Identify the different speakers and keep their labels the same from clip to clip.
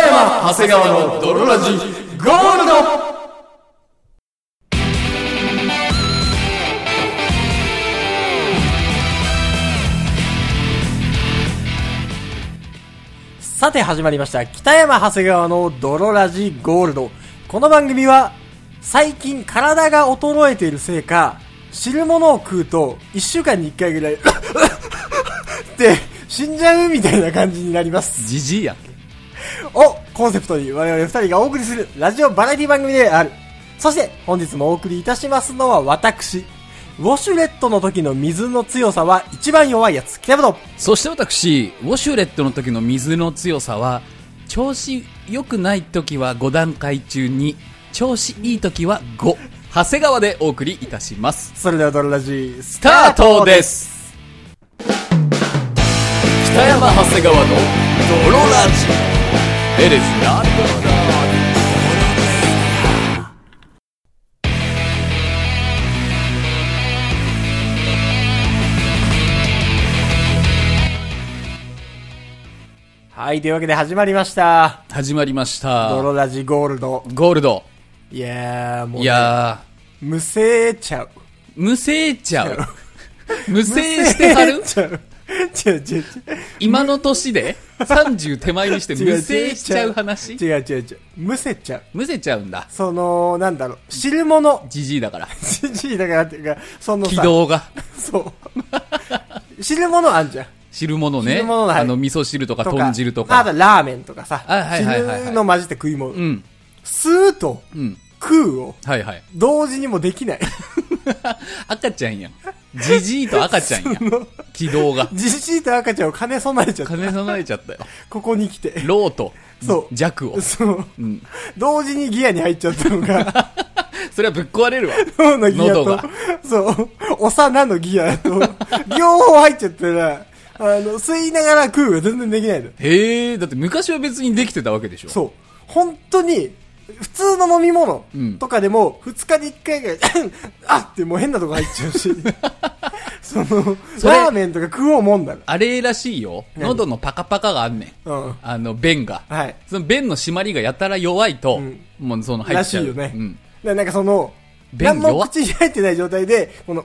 Speaker 1: 長谷川の泥ラジゴールドさて始まりました北山長谷川の泥ラジゴールドこの番組は最近体が衰えているせいか汁物を食うと1週間に1回ぐらい って死んじゃうみたいな感じになります
Speaker 2: じじいやん
Speaker 1: をコンセプトに我々二人がお送りするラジオバラエティ番組である。そして本日もお送りいたしますのは私。ウォシュレットの時の水の強さは一番弱いやつ。北山の
Speaker 2: そして私ウォシュレットの時の水の強さは調子良くない時は5段階中に調子いい時は5長谷川でお送りいたします
Speaker 1: それではドロラジース
Speaker 2: スタートです北山長谷川の泥ラジ It is not
Speaker 1: はい、というわけで始まりました。
Speaker 2: 始まりまし
Speaker 1: ド
Speaker 2: た
Speaker 1: ロラジゴールド。
Speaker 2: ゴールド
Speaker 1: いやー、もう、
Speaker 2: いや
Speaker 1: むせーちゃう。
Speaker 2: ーむせえちゃ う無制してはる
Speaker 1: むせーち ゃう。違う違う
Speaker 2: 今の年で30手前にして
Speaker 1: 違う。違う
Speaker 2: 無制しちゃう話
Speaker 1: 違う違う違う。むせちゃう。
Speaker 2: むせちゃうんだ
Speaker 1: その、なんだろう、汁 物。
Speaker 2: じじいだから
Speaker 1: じじいだからっていうか、その
Speaker 2: 軌
Speaker 1: さ、
Speaker 2: 道が
Speaker 1: そう。汁物あんじゃん。
Speaker 2: 汁物ね
Speaker 1: 汁物はい
Speaker 2: あの味噌汁とか豚汁と
Speaker 1: あと
Speaker 2: か
Speaker 1: ラーメンとかさ
Speaker 2: あ。はいはいはいはい
Speaker 1: 汁の混じって食い物。
Speaker 2: うん
Speaker 1: 吸うと
Speaker 2: うん
Speaker 1: 食うを
Speaker 2: はいはい
Speaker 1: 同時にもできない。
Speaker 2: 赤ちゃんやんじじいと赤ちゃんやん軌道が
Speaker 1: じじいと赤ちゃんを兼ね備えちゃった。
Speaker 2: 金備えちゃったよ
Speaker 1: ここに来て。
Speaker 2: ローと
Speaker 1: そう
Speaker 2: 弱を
Speaker 1: そう。
Speaker 2: うん
Speaker 1: 同時にギアに入っちゃったのが、
Speaker 2: それはぶっ壊れるわ
Speaker 1: 脳のギア
Speaker 2: 喉
Speaker 1: と
Speaker 2: が、
Speaker 1: そう、お魚のギアと、両方入っちゃったら、あの、吸いながら食うが全然できないの。
Speaker 2: へえだって昔は別にできてたわけでしょ
Speaker 1: そう。本当に、普通の飲み物
Speaker 2: うん
Speaker 1: とかでも、二日に一回ぐらい、 あってもう変なとこ入っちゃう し、その、
Speaker 2: それ
Speaker 1: ラーメンとか食おうもんだ
Speaker 2: あれらしいよ
Speaker 1: 何
Speaker 2: 喉のパカパカがあんねん
Speaker 1: ろ。うん。
Speaker 2: あの便が
Speaker 1: はい。
Speaker 2: その便の締まりがやたら弱いと、
Speaker 1: ん
Speaker 2: もうその入
Speaker 1: ら
Speaker 2: っち
Speaker 1: し
Speaker 2: ゃう。
Speaker 1: いよね。
Speaker 2: うん。
Speaker 1: でなんかその、
Speaker 2: 便
Speaker 1: 何
Speaker 2: 弱
Speaker 1: も口に入ってない状態で、この、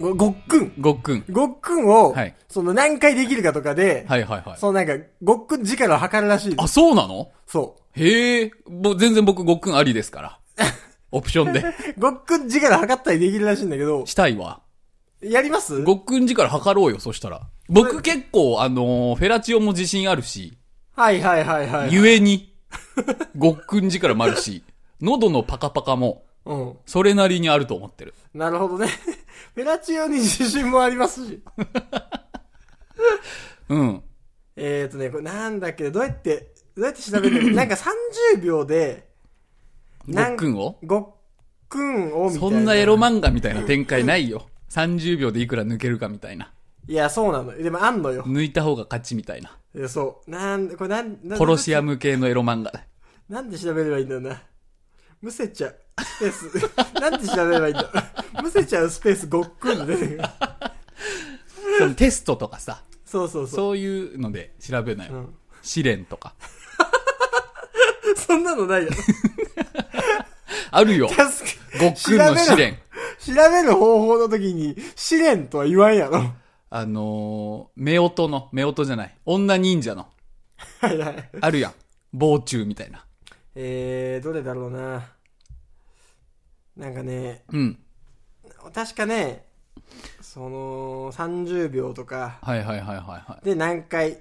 Speaker 1: ごごっくん。
Speaker 2: ごっくん。
Speaker 1: ごっくんを、
Speaker 2: はい
Speaker 1: その何回できるかとかで、
Speaker 2: はいはいはい。
Speaker 1: そのなんか、ごっくん力を測るらしい。
Speaker 2: あ、そうなの
Speaker 1: そ
Speaker 2: へえ、もう全然僕ごっくんありですから。オプションで。
Speaker 1: う。ごっくん力測ったりできるらしいんだけど、
Speaker 2: したいわ。
Speaker 1: やります
Speaker 2: ごっくん時から測ろうよ、そしたら。僕結構、あのーフェラチオも自信あるし、
Speaker 1: はいはいはいはい。
Speaker 2: ゆえに、ごっくん時からもあるし、喉のパカパカも、
Speaker 1: うん。
Speaker 2: それなりにあると思ってる。
Speaker 1: なるほどね。 フェラチオに自信もありますし。
Speaker 2: うん。
Speaker 1: えーとね、これなんだっけ、どうやって、どうやって調べて るなんか30秒で、
Speaker 2: ご
Speaker 1: なん
Speaker 2: っくんを
Speaker 1: ごっくんをみたいな。
Speaker 2: そんなエロ漫画みたいな展開ないよ。30秒でいくら抜けるかみたいな。
Speaker 1: いや、そうなのよ。でもあんのよ。
Speaker 2: 抜いた方が勝ちみたいな。
Speaker 1: いやそう。なんで、これなん、なん
Speaker 2: 殺し屋向けのエロ漫画。
Speaker 1: なんで調べればいいんだろうな。むせちゃう。スペース。 なんで調べればいいんだろう。むせちゃうスペースごっくんで出 てくる。
Speaker 2: そのテストとかさ、
Speaker 1: そうそうそう。
Speaker 2: そういうので調べない、
Speaker 1: ん
Speaker 2: 試練とか。
Speaker 1: そんなのないよ。
Speaker 2: ある よ。
Speaker 1: 助け
Speaker 2: ごっくんの試練。
Speaker 1: 調べる方法の時に、試練とは言わんやろ。
Speaker 2: あのー、夫婦の、夫婦じゃない。女忍者の。
Speaker 1: はいはい。
Speaker 2: あるやん。防虫みたいな。
Speaker 1: えー、どれだろうな。なんかね、
Speaker 2: うん。
Speaker 1: 確かね、その、30秒とか、
Speaker 2: はいはいはいはい、は
Speaker 1: で何回、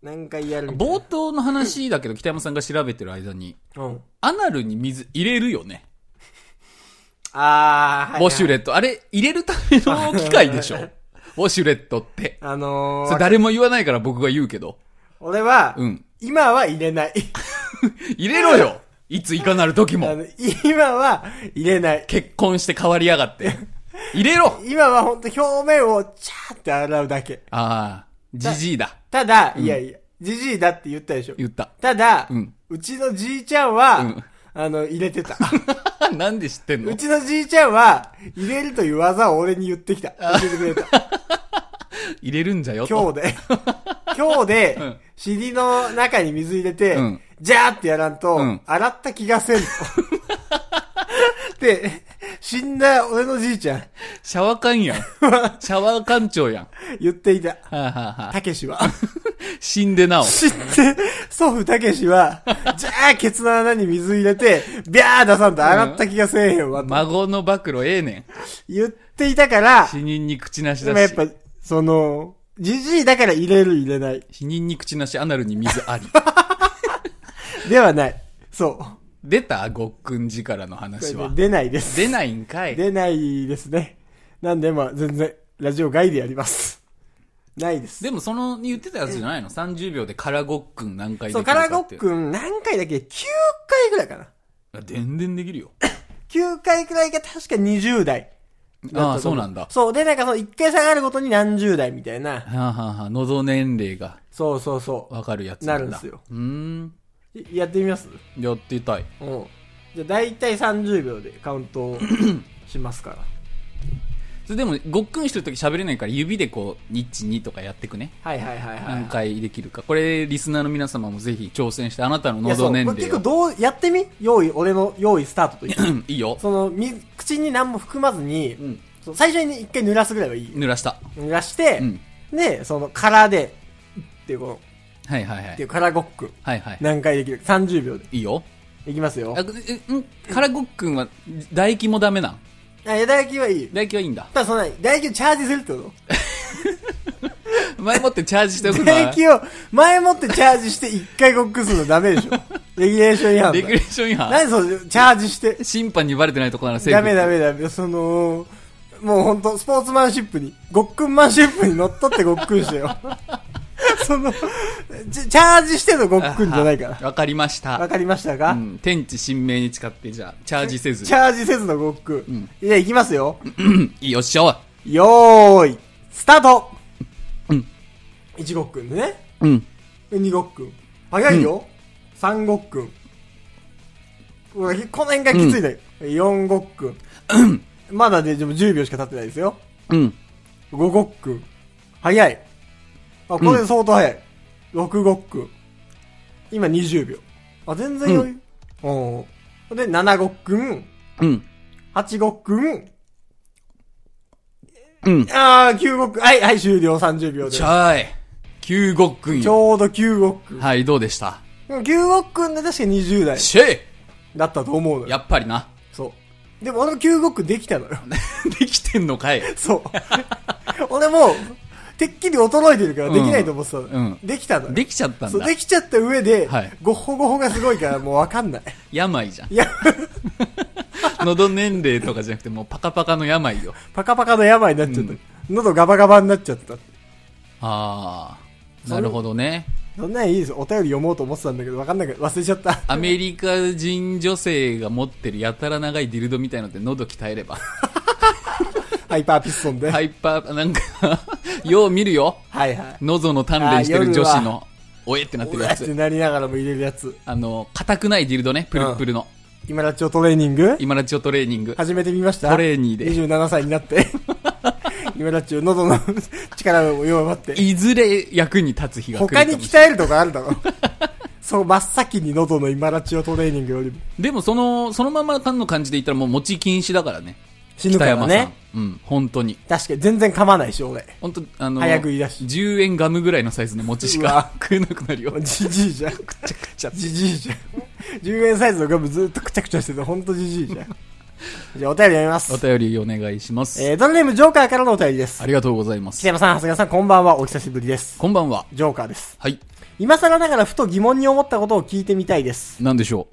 Speaker 1: 何回やる
Speaker 2: い。
Speaker 1: みたい
Speaker 2: 冒頭の話だけど、北山さんが調べてる間に、
Speaker 1: な。うん。
Speaker 2: アナルに水入れるよね。
Speaker 1: あー、はい、はい。
Speaker 2: ウォシュレット。あれ、入れるための機械でしょウォシュレットって。
Speaker 1: あの
Speaker 2: それ
Speaker 1: ー、
Speaker 2: 誰も言わないから僕が言うけど。
Speaker 1: 俺は、
Speaker 2: うん。
Speaker 1: 今は入れない。
Speaker 2: 入れろよいついかなる時
Speaker 1: あ
Speaker 2: も。
Speaker 1: の今は入れない。
Speaker 2: 結婚して変わりやがって。入れろ
Speaker 1: 今はほんと表面をチャーって洗うだけ。
Speaker 2: ああ、じじいだ。
Speaker 1: ただ、いやいや、じじいだって言ったでしょ。
Speaker 2: 言った。
Speaker 1: ただ、う
Speaker 2: うん
Speaker 1: ちのじいちゃんは、
Speaker 2: うん
Speaker 1: あの、入れてた。
Speaker 2: なんで知ってん
Speaker 1: う
Speaker 2: の
Speaker 1: ちのじいちゃんは、入れるという技を俺に言ってきた。教えてくれた。
Speaker 2: 入れるんじゃよと。
Speaker 1: 今日で。今日で、
Speaker 2: うん
Speaker 1: 尻の中に水入れて、
Speaker 2: うん
Speaker 1: じゃーってやらんと、
Speaker 2: うん
Speaker 1: 洗った気がせん と。で、死んだ俺のじいちゃん、
Speaker 2: シャワー 缶やん。シャワー缶長やん。
Speaker 1: 言っていた。
Speaker 2: はいはいはい。
Speaker 1: たけしは。
Speaker 2: 死んでなお。
Speaker 1: 知って、祖父たけしは、じゃあ、ケツの穴に水入れて、ビャー出さんと洗った気がせえへんわ、と
Speaker 2: 孫の暴露ええねん。
Speaker 1: 言っていたから、
Speaker 2: 死人に口なし
Speaker 1: でもや
Speaker 2: だ
Speaker 1: っ
Speaker 2: し。
Speaker 1: ぱ、その、じじいだから入れる入れない。
Speaker 2: 死人に口なし、アナルに水 あり。
Speaker 1: ではない。そ
Speaker 2: 出たごっくんじからの
Speaker 1: う。
Speaker 2: 話は。
Speaker 1: 出ないです。
Speaker 2: 出ないんかい。
Speaker 1: 出ないですね。なんで、まあ、全然、ラジオ外でやります。ないです。
Speaker 2: でもその言ってたやつじゃないの ?30 秒でカラゴックン何回でき
Speaker 1: そう、
Speaker 2: る
Speaker 1: カ
Speaker 2: か
Speaker 1: ラゴッ
Speaker 2: って。
Speaker 1: クン何回だっけ ?9 回ぐらいかな。
Speaker 2: ン。全然でき るよ。
Speaker 1: 9回くらいが確か20代。
Speaker 2: ああ、そうなんだ。
Speaker 1: そう、で、なんかその1回下がるごとに何十代みたいな。
Speaker 2: はあ、はあはあ、喉年齢が
Speaker 1: そうそうそう。
Speaker 2: わかるやつ
Speaker 1: なん
Speaker 2: だ
Speaker 1: るんですよ。
Speaker 2: うーん。
Speaker 1: いやってみます
Speaker 2: やってたい。
Speaker 1: うん。じゃあ大体30秒でカウントをしますから。
Speaker 2: それでも、ごっくんしてるとき喋れないから指でこう、1、2とかやってくね。
Speaker 1: はいはいはいはい。
Speaker 2: 何回できるか。これ、リスナーの皆様もぜひ挑戦して、あなたの
Speaker 1: いやそ
Speaker 2: 喉
Speaker 1: う
Speaker 2: 年
Speaker 1: これ
Speaker 2: 齢
Speaker 1: 結構
Speaker 2: を。
Speaker 1: どう、やってみ用意、俺の用意スタートと言って。
Speaker 2: うん いいよ。
Speaker 1: その、み口に何も含まずに、
Speaker 2: ん
Speaker 1: そう最初に一回濡らすぐらいはいいよ。
Speaker 2: 濡らした。
Speaker 1: 濡らして、
Speaker 2: うん
Speaker 1: で、その、殻で、っていうこの、
Speaker 2: はいはいは
Speaker 1: ってい
Speaker 2: い。
Speaker 1: う殻ごっくん。
Speaker 2: はいはい。
Speaker 1: 何回できるか。30秒で。
Speaker 2: いいよ。
Speaker 1: いきますよ
Speaker 2: あ。えんカラゴックンは、唾液もダメなん
Speaker 1: あ、枝焼きはいい。
Speaker 2: 唾液はいいんだ。
Speaker 1: ただその、唾液をチャージするってこと
Speaker 2: 前もってチャージしておくの
Speaker 1: 定
Speaker 2: は、
Speaker 1: 期を前もってチャージして一回ごっくんするのダメ でしょ。レギュレーション違反だ。
Speaker 2: レギュレーション違反。
Speaker 1: 何それ、チャージして。
Speaker 2: 審判にバレてないとこならセーフ。
Speaker 1: ダメダメダメ。その、もうほんと、スポーツマンシップに、ごっくんマンシップに乗っ取ってごっくんしてよ。 その、チチャージしてのごっくんじゃないから。
Speaker 2: わかりまし
Speaker 1: わ
Speaker 2: た。
Speaker 1: かりました
Speaker 2: う
Speaker 1: か、
Speaker 2: ん。天地神明に誓って、じゃあ、チャージせず
Speaker 1: チ。ャージせずのごっくん。いや、いきますよ。
Speaker 2: うんいいよっしゃおい。
Speaker 1: よーい、スタート
Speaker 2: うん。
Speaker 1: 1ごっくんね。
Speaker 2: うん。
Speaker 1: 2ごっくん。早いよ。3ごっくん。うわこの辺がきついね。4ごっくん。まだね、でも10秒しか経ってないですよ。
Speaker 2: うん。
Speaker 1: 5ごっくん。早い。あ、これ相当早い。6ごっくん。今20秒。あ、全然余裕。おーで、7ごっくん。
Speaker 2: うん。
Speaker 1: 8ごっくん。
Speaker 2: うん。
Speaker 1: あー、9ごっくん。はい、はい、終了30秒で
Speaker 2: ち。ゃーい。九ごっくん
Speaker 1: ち
Speaker 2: よ。
Speaker 1: ょうど9ごっくん。
Speaker 2: はい、どうでした
Speaker 1: 9ごっくんで確か20代
Speaker 2: シェ
Speaker 1: だったと思うのよ
Speaker 2: イ。やっぱりな。
Speaker 1: そう。でも俺も9ごっくんできたのよ。
Speaker 2: できてんのかい。
Speaker 1: そう。 俺も、てっきり衰えてるからできないと思ってたの。
Speaker 2: うん
Speaker 1: できたのよ。
Speaker 2: できちゃったん
Speaker 1: そう
Speaker 2: だ
Speaker 1: で。きちゃった上で、
Speaker 2: はい
Speaker 1: ごっほごほがすごいからもうわかん ない。
Speaker 2: 病じゃん。
Speaker 1: いや、
Speaker 2: 喉年齢とかじゃなくて、もうパカパカの病よ。
Speaker 1: パカパカの病になっちゃった。
Speaker 2: う
Speaker 1: 喉ガバガバになっちゃった。
Speaker 2: ああ。なるほどね。
Speaker 1: そんなんいいですよ。お便り読もうと思ってたんだけど、わかんないから忘れちゃ った。
Speaker 2: アメリカ人女性が持ってるやたら長いディルドみたいのって喉鍛え れば。
Speaker 1: ハイパーピストンで。
Speaker 2: ハ
Speaker 1: はい、
Speaker 2: イパー、なんか、 よう見るよ。
Speaker 1: はい
Speaker 2: 喉の鍛錬してる女子の、おえってなってる
Speaker 1: うわ
Speaker 2: や
Speaker 1: って
Speaker 2: つ。
Speaker 1: なりながらも入れるやつ。
Speaker 2: あの、硬くないディルドね、プルップルの。
Speaker 1: 今ラッチョトレーニング
Speaker 2: 今ラチオトレーニング。
Speaker 1: 始めてみました
Speaker 2: トレーニーで
Speaker 1: 27歳にな って。今ラッチョ喉の 力を弱まって。
Speaker 2: いずれ役に立つ日が来るか
Speaker 1: 他
Speaker 2: も
Speaker 1: に
Speaker 2: し
Speaker 1: 鍛えるとかあるだろそう、真っ先に喉の今ラチオトレーニングよりも
Speaker 2: でもその、そのままの感じで言ったらもう持ち禁止だからね。
Speaker 1: 死ぬか
Speaker 2: 北
Speaker 1: ら
Speaker 2: 山さん
Speaker 1: ね。。
Speaker 2: うん、本当に。
Speaker 1: 確かに全然噛まないし、俺。
Speaker 2: 本当あの、
Speaker 1: 早食いだし
Speaker 2: 10円ガムぐらいのサイズの餅し
Speaker 1: うわ
Speaker 2: か食えなくな るよ。
Speaker 1: じじいじゃん。くちゃくちゃ。じじいじゃん。10円サイズのガムずっとくちゃくちゃしてて、ほんとじじいじゃ ん。じゃあお便り読みま
Speaker 2: お
Speaker 1: す。
Speaker 2: 便りお願いします。
Speaker 1: えー、ドルネームジョーカーからのお便りです
Speaker 2: あ。りがとうございます
Speaker 1: 北。山さん、長谷川さん、こんばんは。お久しぶりです。
Speaker 2: こんばんは。
Speaker 1: ジョーカーです。
Speaker 2: はい。
Speaker 1: 今更ながらふと疑問に思ったことを聞いてみたいです。
Speaker 2: なんでしょ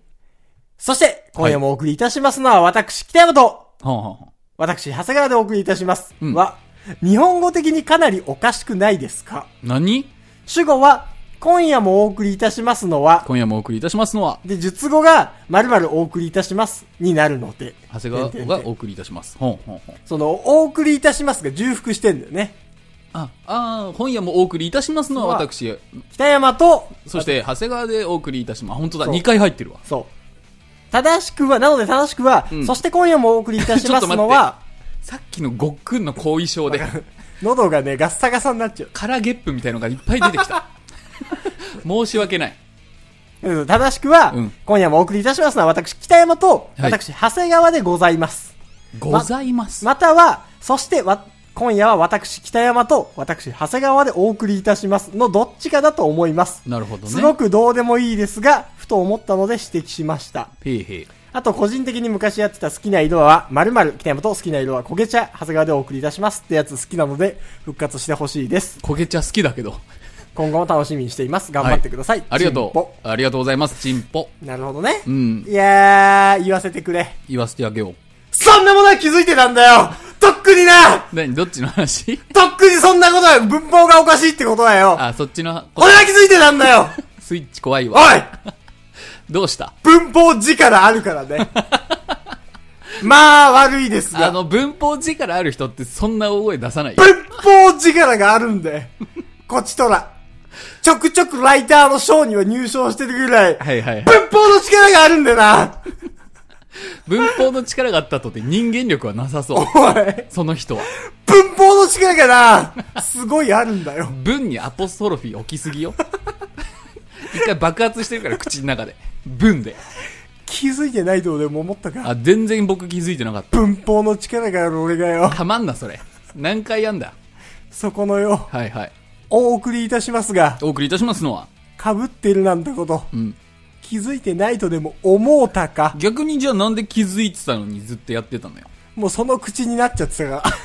Speaker 1: そして、今夜もお送りいたしますのは、私、北山と、
Speaker 2: う。はあ、はあはあ、
Speaker 1: 私、長谷川でお送りいたします。
Speaker 2: うん
Speaker 1: は、日本語的にかなりおかしくないですか
Speaker 2: 何
Speaker 1: 主語は、今夜もお送りいたしますのは、
Speaker 2: 今夜もお送りいたしますのは、
Speaker 1: で、述語が、〇〇お送りいたしますになるので。
Speaker 2: 長谷
Speaker 1: て
Speaker 2: 川
Speaker 1: んてんてん
Speaker 2: がお送りいたします。ほんほんほん。
Speaker 1: その、お送りいたしますが重複してんだよね。
Speaker 2: あ、あー、今夜もお送りいたしますのは
Speaker 1: そう
Speaker 2: 私、
Speaker 1: 北山と、
Speaker 2: そして長谷川でお送りいたします。あ、本当だ、
Speaker 1: そう
Speaker 2: 2回入ってるわ。
Speaker 1: そう。正しくは、なので正しくは、
Speaker 2: ん
Speaker 1: そして今夜もお送りいたしますのは、
Speaker 2: さっきのごっくんの後遺症で、
Speaker 1: 喉がね、ガッサガサになっちゃう。
Speaker 2: カラゲップみたいのがいっぱい出てきた。申し訳ない。
Speaker 1: うん正しくは、
Speaker 2: うん
Speaker 1: 今夜もお送りいたしますのは私、北山と、
Speaker 2: はい
Speaker 1: 私、長谷川でございます。
Speaker 2: ございます。
Speaker 1: または、そしてわ、今夜は私、北山と、私、長谷川でお送りいたしますのどっちかだと思います。
Speaker 2: なるほどね。
Speaker 1: すごくどうでもいいですが、ふと思ったので指摘しました。
Speaker 2: へいへい。
Speaker 1: あと、個人的に昔やってた好きな色は、〇〇、北山と好きな色は焦げ茶、長谷川でお送りいたしますってやつ好きなので、復活してほしいです。
Speaker 2: 焦げ茶好きだけど。
Speaker 1: 今後も楽しみにしています。頑張ってください。
Speaker 2: ありがと
Speaker 1: チンポ
Speaker 2: う。ありがとうございます、チンポ。
Speaker 1: なるほどね。
Speaker 2: うん
Speaker 1: いやー、言わせてくれ。
Speaker 2: 言わせてあげよう。
Speaker 1: そんなものは気づいてたんだよとっくにな
Speaker 2: 何どっちの話
Speaker 1: とっくにそんなことは文法がおかしいってことだよ
Speaker 2: あ、そっちの、
Speaker 1: 俺は気づいてたんだよ
Speaker 2: スイッチ怖いわ。
Speaker 1: おい
Speaker 2: どうした
Speaker 1: 文法力あるから ね。まあ、悪いです
Speaker 2: あ
Speaker 1: が。
Speaker 2: の、文法力ある人ってそんな大声出さないよ。
Speaker 1: 文法力があるんで。こちとら。ちょくちょくライターの賞には入賞してるぐらい。
Speaker 2: はいはいはい。
Speaker 1: 文法の力があるんだよな。
Speaker 2: 文法の力があったとて人間力はなさそう。
Speaker 1: おい。
Speaker 2: その人は。
Speaker 1: 文法の力がな、すごいあるんだよ。
Speaker 2: 文にアポストロフィー置きすぎよ。 一回爆発してるから、口の中で。文で。
Speaker 1: 気づいてないとでも思ったか。
Speaker 2: あ、全然僕気づいてなかっ
Speaker 1: 文法の力がある俺がよ
Speaker 2: た。。たまんな、それ。何回やんだ。
Speaker 1: そこのよ、
Speaker 2: はいはい。
Speaker 1: お送りいたしますが、
Speaker 2: お送りいたしますのは。
Speaker 1: 被ってるなんてこと、
Speaker 2: うん。
Speaker 1: 気づいてないとでも思うたか。
Speaker 2: 逆にじゃあなんで気づいてたのにずっとやってたのよ。
Speaker 1: もうその口になっちゃってたから。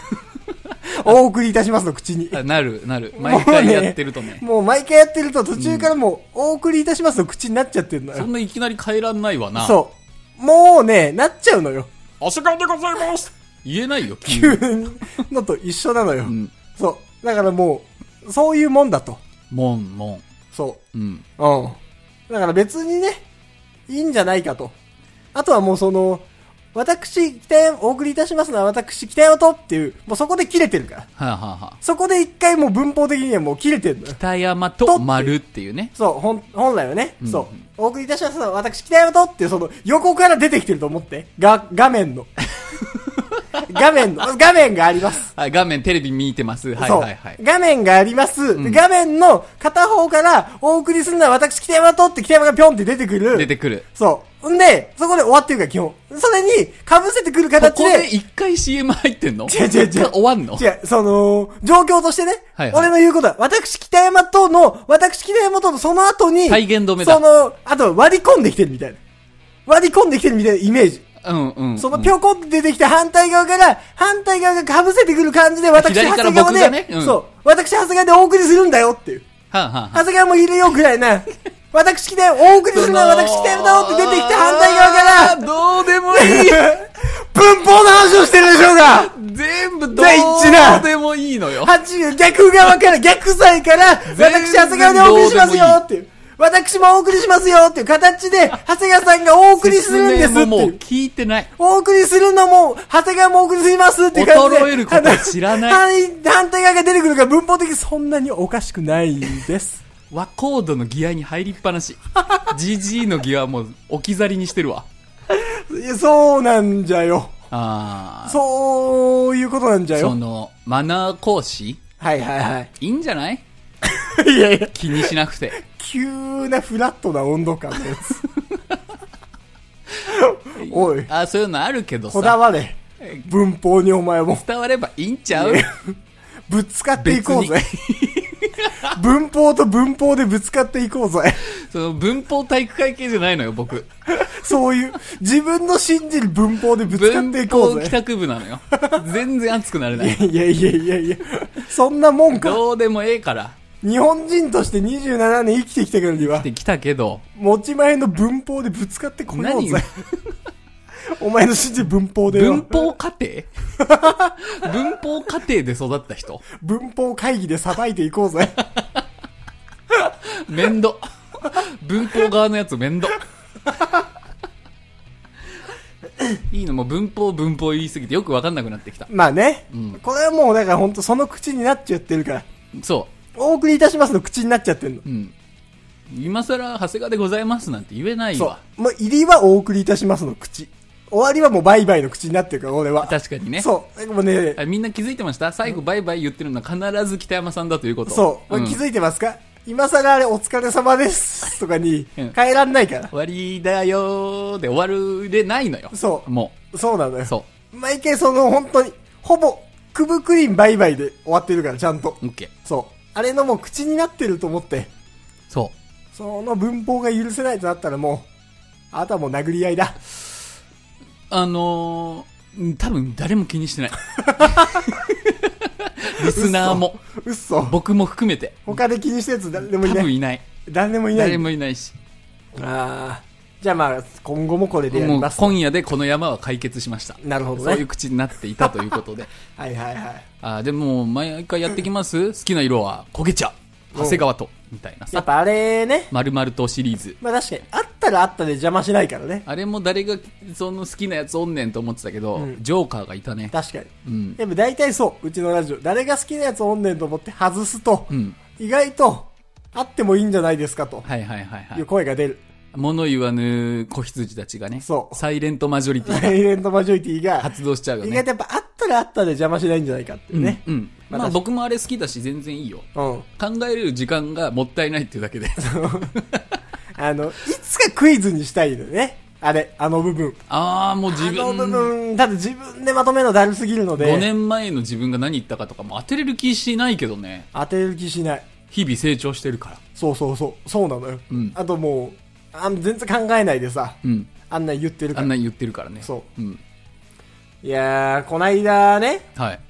Speaker 1: お送りいたしますの口に。
Speaker 2: あなる、なる。毎回やってるとね。
Speaker 1: もう毎回やってると途中からもう、お送りいたしますの口になっちゃってるの
Speaker 2: そ
Speaker 1: よ。
Speaker 2: んないきなり帰らんないわな。う。
Speaker 1: そう。もうね、なっちゃうのよ。
Speaker 2: お時間でございます言えないよ、急
Speaker 1: 急
Speaker 2: に。
Speaker 1: にのと一緒なのよ。
Speaker 2: うん。
Speaker 1: そう。だからもう、そういうもんだと。
Speaker 2: もんもん。
Speaker 1: そ
Speaker 2: うん。
Speaker 1: う。うん。だから別にね、いいんじゃないかと。あとはもうその、私、北山、お送りいたしますのは私、北山とっていう、もうそこで切れてるから。
Speaker 2: はあ、はあはあ、
Speaker 1: そこで一回もう文法的にはもう切れてるのよ。
Speaker 2: 北山と丸っていうね。
Speaker 1: そう、本、本来はね、
Speaker 2: うん
Speaker 1: そう。お送りいたしますのは私、北山とっていうその、横から出てきてると思って。が、画面 の。画面の、画面があります。
Speaker 2: はい、画面テレビ見てます。はい
Speaker 1: そう
Speaker 2: はいはい。
Speaker 1: 画面があります。画面の片方からお送りするのは私、北山とって北山がぴょんって出てくる。
Speaker 2: 出てくる。
Speaker 1: そう。んで、そこで終わってるから、基本。それに、被せてくる
Speaker 2: こ
Speaker 1: 形
Speaker 2: こで
Speaker 1: で、
Speaker 2: 一回 CM 入ってんの
Speaker 1: 違う違う違う
Speaker 2: これ終わんの
Speaker 1: 違う、その、状況としてね、
Speaker 2: はいはい
Speaker 1: 俺の言うことは、私、北山との、私、北山とのその後に、
Speaker 2: 体現止めだ
Speaker 1: その、あと割り込んできてるみたいな。割り込んできてるみたいなイメージ。
Speaker 2: うんうん。
Speaker 1: そのぴょこって出てきた反対側から、反対側が被せてくる感じで、私、長
Speaker 2: 左から
Speaker 1: 谷川
Speaker 2: 僕が
Speaker 1: で、
Speaker 2: ねうん
Speaker 1: そう、私、長谷川でお送りするんだよっていう。
Speaker 2: はあ、はあは
Speaker 1: 長谷川もいるよぐらい な。私来て、お送りするのは私来てるだろって出てきた反対 側から、
Speaker 2: ら。どうでもいい。
Speaker 1: 文法の話をしてるでしょうが
Speaker 2: 全部ど
Speaker 1: 第一な
Speaker 2: うでもいいのよ。
Speaker 1: 八逆側から、逆サイから、
Speaker 2: 全
Speaker 1: 私、
Speaker 2: 然
Speaker 1: 長谷川でお送りしますよっていう。私もお送りしますよっていう形で、長谷川さんがお送りするんですって
Speaker 2: 説明もも
Speaker 1: いうう。
Speaker 2: 聞いてない。
Speaker 1: お送りするのも、長谷川もお送りしますっていう感じで。
Speaker 2: 衰えることは知らない
Speaker 1: い。反対側が出てくるから文法的にそんなにおかしくないです。
Speaker 2: 和コードのギアに入りっぱ なし。GG のギアもう置き去りにしてるわ。
Speaker 1: いやそうなんじゃよ。
Speaker 2: ああ。
Speaker 1: そういうことなんじゃ
Speaker 2: そ
Speaker 1: よ。
Speaker 2: の、マナー講師
Speaker 1: はいはいはい
Speaker 2: いんじゃない
Speaker 1: い。いやいや、
Speaker 2: 気にしなくて。
Speaker 1: 急なフラットな温度感のや つ。おい、
Speaker 2: あーそういうのあるけど
Speaker 1: こだ
Speaker 2: さ。
Speaker 1: われ。文法にお前も
Speaker 2: 伝わればいいんちゃう
Speaker 1: ぶっつかっていこうぜ。文法と文法でぶつかっていこうぜ。
Speaker 2: その文法体育会系じゃないのよ、僕。
Speaker 1: そういう、自分の信じる文法でぶつかっ
Speaker 2: 文
Speaker 1: ていこ
Speaker 2: 法
Speaker 1: う
Speaker 2: 帰
Speaker 1: ぜ。
Speaker 2: 宅部なのよ。全然熱くなれない。
Speaker 1: いやいやいやいや、そんなもんか。
Speaker 2: どうでもええから。
Speaker 1: 日本人として27年生きてきたからには
Speaker 2: っ、てきたけど、
Speaker 1: 持ち前の文法でぶつかってこよう
Speaker 2: 何
Speaker 1: ぜ。お前の信じる文法でよ
Speaker 2: 文法 家庭文法家庭で育った人
Speaker 1: 文法会議でさばいていこう ぜ。
Speaker 2: 面倒。文法側のやつ面倒。いいの、もう文法文法言いすぎてよくわかんなくなってきた。
Speaker 1: まあね、これはもうだから本当その口になっちゃってるから。
Speaker 2: そ
Speaker 1: お送りいたしますの口になっちゃってんの
Speaker 2: う。。うん。今更、長谷川でございますなんて言えない
Speaker 1: そ
Speaker 2: わ。
Speaker 1: う。もう入りはお送りいたしますの口。終わりはもうバイバイの口になってるから、俺は。
Speaker 2: 確かにね。
Speaker 1: そう。もうね、
Speaker 2: あみんな気づいてました最後バイバイ言ってるのは必ず北山さんだということ。
Speaker 1: そう。
Speaker 2: ん
Speaker 1: 気づいてますか、今更あれお疲れ様ですとかに
Speaker 2: うん
Speaker 1: 変えらんないから。
Speaker 2: 終わりだよーで終わるでないのよ。
Speaker 1: そう
Speaker 2: も
Speaker 1: そうなの
Speaker 2: う。
Speaker 1: よ。
Speaker 2: そ
Speaker 1: 毎回その本当に、ほぼ、クブクリンバイバイで終わってるから、ちゃんと
Speaker 2: う。。OK。
Speaker 1: そう。あれのもう口になってると思って、
Speaker 2: そ
Speaker 1: その文法が許せないとなったらもう、あとはもう殴り合いだ。
Speaker 2: う。あのー、うん多分誰も気 にしてない。リスナーも、
Speaker 1: 嘘。
Speaker 2: 僕も含めて、
Speaker 1: 他で気にしたやつ誰で
Speaker 2: 多
Speaker 1: もいな
Speaker 2: 分
Speaker 1: い。
Speaker 2: いない。
Speaker 1: 誰でもいない。
Speaker 2: 誰もいないし。
Speaker 1: ああ。じゃあまあ、今後もこれでやり
Speaker 2: もう
Speaker 1: ます。
Speaker 2: 今夜でこの山は解決しました。
Speaker 1: なるほど
Speaker 2: そういう
Speaker 1: ね。
Speaker 2: 口になっていたというこ とで。
Speaker 1: はいはいはい。
Speaker 2: あーでも、毎回やってきます好きな色は焦げ茶。長谷川と。みたいな
Speaker 1: やっ
Speaker 2: さ。
Speaker 1: ぱあれね。
Speaker 2: まるまるとシリーズ。
Speaker 1: まあ確かに、あったらあったで邪魔しないからね。
Speaker 2: あれも誰がその好きなやつおんねんと思ってたけど、
Speaker 1: うん
Speaker 2: ジョーカーがいたね。
Speaker 1: 確かに。
Speaker 2: うん。
Speaker 1: でも大体そう、うちのラジオ。誰が好きなやつおんねんと思って外すと、
Speaker 2: うん。
Speaker 1: 意外と、あってもいいんじゃないですかと、。
Speaker 2: はいはいはいはいいう
Speaker 1: 声が出る。
Speaker 2: 物言わぬ子羊たちがね。
Speaker 1: そう
Speaker 2: サイレントマジョリティが
Speaker 1: サイレントマジョリティが、
Speaker 2: 発動しちゃうよ
Speaker 1: 意
Speaker 2: ね。
Speaker 1: 外とやっぱあったらあったで邪魔しないんじゃないかっていうね。
Speaker 2: うん。うん
Speaker 1: まあ
Speaker 2: まあ
Speaker 1: 確かに
Speaker 2: 僕もあれ好きだし全然いいよ。
Speaker 1: うん。
Speaker 2: 考える時間がもったいないっていうだけで。
Speaker 1: あの、いつかクイズにしたいのよね。あれ、あの部分。
Speaker 2: ああ、もう自
Speaker 1: あの部
Speaker 2: 分、
Speaker 1: 分、だって自分でまとめるのだるすぎるの
Speaker 2: 5
Speaker 1: で、
Speaker 2: 年前の自分が何言ったかとかも当てれる気しないけどね。
Speaker 1: 当てる気しない。
Speaker 2: 日々成長してるから。
Speaker 1: そうそうそう、そうなのよ。
Speaker 2: うん
Speaker 1: あともう、あの全然考えないでさ、
Speaker 2: うん。
Speaker 1: あんなん言ってるか
Speaker 2: あ
Speaker 1: ら
Speaker 2: ん。なに言ってるからね。。
Speaker 1: そう
Speaker 2: うん。
Speaker 1: いやー、こないだね、
Speaker 2: はい。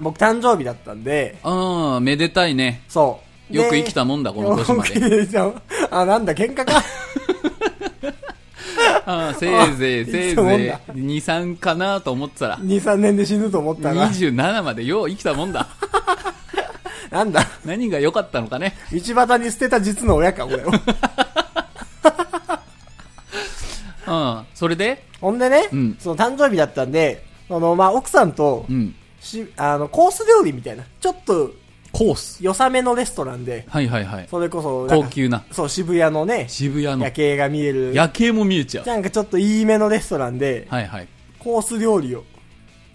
Speaker 1: 僕誕生日だったんで、
Speaker 2: ああ、めでたいね。
Speaker 1: そう。
Speaker 2: よく生き
Speaker 1: た、
Speaker 2: たもんだ、こ
Speaker 1: よ
Speaker 2: の
Speaker 1: く
Speaker 2: 年ま
Speaker 1: 生
Speaker 2: で。
Speaker 1: きた。 あ、なんだ、喧嘩か。
Speaker 2: ああ、せいぜい、
Speaker 1: あ
Speaker 2: せいぜい、
Speaker 1: 生きたもんだ
Speaker 2: 2、3かなと思ってたら、
Speaker 1: 2、3年で死ぬと思ったら、
Speaker 2: 27までよう生きたもんだ。
Speaker 1: なんだ、
Speaker 2: 何が良かったのかね。
Speaker 1: 道端に捨てた実の親か、 俺を。
Speaker 2: うん。それで、
Speaker 1: ほんでね、
Speaker 2: うん
Speaker 1: その誕生日だったんで、その、まあ、奥さんと、
Speaker 2: うん。
Speaker 1: し、あの、コース料理みたいな、ちょっと、
Speaker 2: コース。
Speaker 1: 良さめのレストランで、
Speaker 2: はいはいはい。
Speaker 1: それこそ、なん
Speaker 2: 高
Speaker 1: か
Speaker 2: 級な。
Speaker 1: そう、渋谷のね、
Speaker 2: 渋谷の
Speaker 1: 夜。景が見える、
Speaker 2: 夜景も見えちゃう。
Speaker 1: なんかちょっといいめのレストランで、
Speaker 2: はいはい。
Speaker 1: コース料理を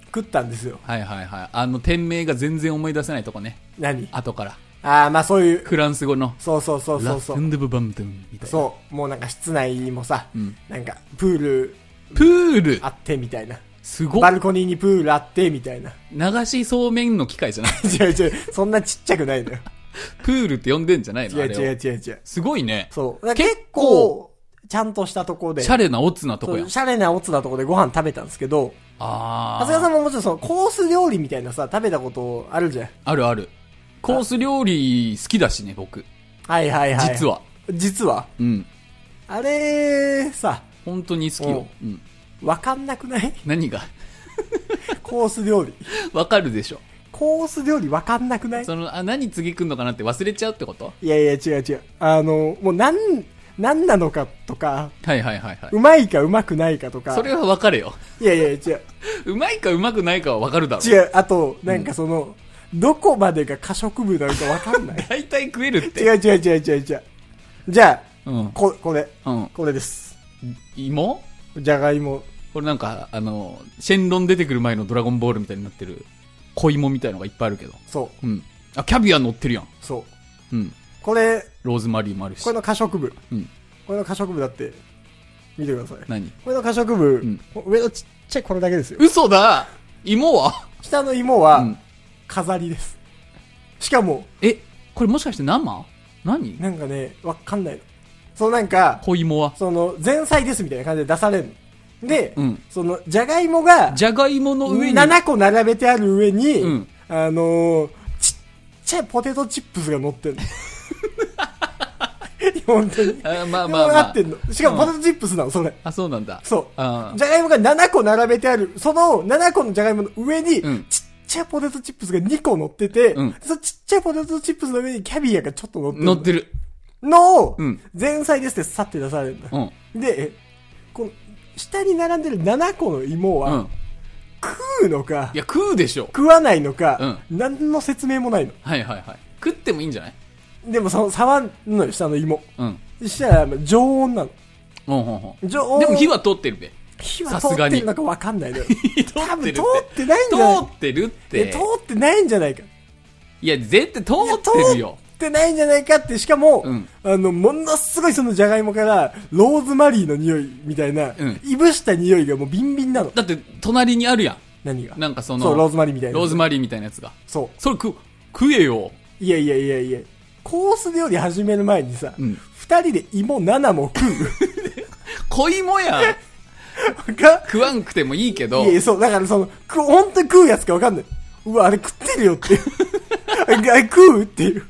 Speaker 1: 食ったんですよ。
Speaker 2: はいはいはい。あの、店名が全然思い出せないとこね。
Speaker 1: 何
Speaker 2: 後から。
Speaker 1: ああ、まあそういう、
Speaker 2: フランス語の。
Speaker 1: そうそうそうそうそ
Speaker 2: ラッフ
Speaker 1: う。
Speaker 2: ンドゥブバンドゥンみたいな。
Speaker 1: そう、もうなんか室内もさ、
Speaker 2: うん
Speaker 1: なんかプール
Speaker 2: プール
Speaker 1: あってみたいな。
Speaker 2: すご
Speaker 1: バ
Speaker 2: い
Speaker 1: ルコニーにプールあってみたいな。
Speaker 2: 流しそうめんの機械じゃない
Speaker 1: 違う違う、そんなちっちゃくないのよ。
Speaker 2: プールって呼んでんじゃないの
Speaker 1: 違
Speaker 2: あ
Speaker 1: う
Speaker 2: れを
Speaker 1: 違う違う違う。
Speaker 2: すごいね。
Speaker 1: そう。だから
Speaker 2: 結
Speaker 1: 結
Speaker 2: 構
Speaker 1: 構、ちゃんとしたとこで、
Speaker 2: シャレなオツなとこや
Speaker 1: そう。シャレなオツなとこでご飯食べたんですけど、長
Speaker 2: あ
Speaker 1: 谷川さ
Speaker 2: あ。
Speaker 1: んももちろんそのコース料理みたいなさ、食べたことあるじゃん。
Speaker 2: あるある。コース料理好きだしね、僕。
Speaker 1: はいはいはい。
Speaker 2: 実。は。
Speaker 1: 実は。
Speaker 2: うん。
Speaker 1: あれ、さ、
Speaker 2: 本当に好きよ。うん。
Speaker 1: わかんなくない
Speaker 2: 何が
Speaker 1: コース料理。
Speaker 2: わかるでしょ。
Speaker 1: コース料理わかんなくない
Speaker 2: その、あ、何次来んのかなって忘れちゃうってこと
Speaker 1: いやいや、違う違う。あの、もう、なん、なんなのかとか、。
Speaker 2: はいはいはいはいう
Speaker 1: まいかうまくないかとか。
Speaker 2: それはわかるよ。
Speaker 1: いやいや、違う。
Speaker 2: うまいかうまくないかはわかるだろう。。
Speaker 1: 違う。あと、なんかその、どこまでが過食部なのかわかんない
Speaker 2: 大体食えるっ
Speaker 1: 違
Speaker 2: て。
Speaker 1: う違う違う違う違う。じゃ
Speaker 2: うん
Speaker 1: あ、。こ、これ。
Speaker 2: うん。
Speaker 1: これです。
Speaker 2: 芋
Speaker 1: じゃがいも。
Speaker 2: これなんか、あの、シェンロン出てくる前のドラゴンボールみたいになってる、小芋みたいのがいっぱいあるけど。
Speaker 1: そう。
Speaker 2: うん。あ、キャビア乗ってるやん。
Speaker 1: そう。
Speaker 2: うん。
Speaker 1: これ、
Speaker 2: ローズマリーもあるし。
Speaker 1: これの過食部。
Speaker 2: うん。
Speaker 1: これの過食部だって、見てください。
Speaker 2: 何
Speaker 1: これの過食部、
Speaker 2: ん
Speaker 1: 上のちっちゃいこれだけですよ。
Speaker 2: 嘘だ芋は
Speaker 1: 下の芋
Speaker 2: う
Speaker 1: は
Speaker 2: ん、
Speaker 1: 飾りです。しかも、
Speaker 2: え、これもしかして生何
Speaker 1: なんかね、わかんないの。そうなんか、
Speaker 2: 小芋は。
Speaker 1: その、前菜ですみたいな感じで出されるの。で、
Speaker 2: うん
Speaker 1: その、じゃがいもが、
Speaker 2: じゃがいもの上に。
Speaker 1: 7個並べてある上に、
Speaker 2: うん
Speaker 1: あのーちっちゃいポテトチップスが乗 ってんの。本当に。
Speaker 2: あまあまあま
Speaker 1: な
Speaker 2: あ
Speaker 1: って。んの。しかも
Speaker 2: うん
Speaker 1: ポテトチップスなの、それ。
Speaker 2: あ、そうなんだ。
Speaker 1: そう。
Speaker 2: あー
Speaker 1: じゃがいもが7個並べてある、その7個のじゃがいもの上に、
Speaker 2: うん
Speaker 1: ちっちゃいポテトチップスが2個乗ってて、
Speaker 2: うん
Speaker 1: そのちっちゃいポテトチップスの上にキャビアがちょっと乗ってる
Speaker 2: 乗ってる。
Speaker 1: のを、
Speaker 2: うん
Speaker 1: 前菜ですってさって出されるんだ。
Speaker 2: うん。
Speaker 1: で、この、下に並んでる7個の芋
Speaker 2: う
Speaker 1: は、
Speaker 2: ん。
Speaker 1: 食うのか
Speaker 2: い、や、食うでしょ。
Speaker 1: 食わないのか、何の説明もないの。
Speaker 2: はいはいはい。食ってもいいんじゃない
Speaker 1: でもその、触んのよ、下の芋。
Speaker 2: うん。
Speaker 1: したら、まあ常温なの。
Speaker 2: ほんほんほん。
Speaker 1: 常温。
Speaker 2: でも火は通ってるべ。
Speaker 1: 火は
Speaker 2: さ
Speaker 1: 通
Speaker 2: すが
Speaker 1: っ
Speaker 2: に
Speaker 1: てるのかわかんないのよ。
Speaker 2: 火通
Speaker 1: 多
Speaker 2: って
Speaker 1: 分
Speaker 2: る
Speaker 1: 通ってないんじゃない
Speaker 2: 通ってるっ
Speaker 1: いや
Speaker 2: て
Speaker 1: 通。ってないんじゃないか。
Speaker 2: いや、絶対通
Speaker 1: いや
Speaker 2: ってるよ。
Speaker 1: 通ってないんじゃないかって、しかも、
Speaker 2: うん
Speaker 1: あの、ものすごいそのじゃがいもから、ローズマリーの匂いみたいな、
Speaker 2: うん
Speaker 1: いぶした匂いがもうビンビンなの。
Speaker 2: だって、隣にあるや
Speaker 1: 何が
Speaker 2: ん。なんかその、
Speaker 1: そう、ローズマリーみたいな。
Speaker 2: ローズマリーみたいなやつが。
Speaker 1: そう。
Speaker 2: それ食、食えよ。
Speaker 1: いやいやいやいや、コース料理始める前にさ、二、
Speaker 2: うん
Speaker 1: 人で芋7も 食
Speaker 2: 小芋やん。
Speaker 1: う。が、
Speaker 2: 食わんくてもいいけど
Speaker 1: いや、いや、そう、だからその、く本当に食うやつかわかんない。うわ、あれ食ってるよ って。あれ食うっていう。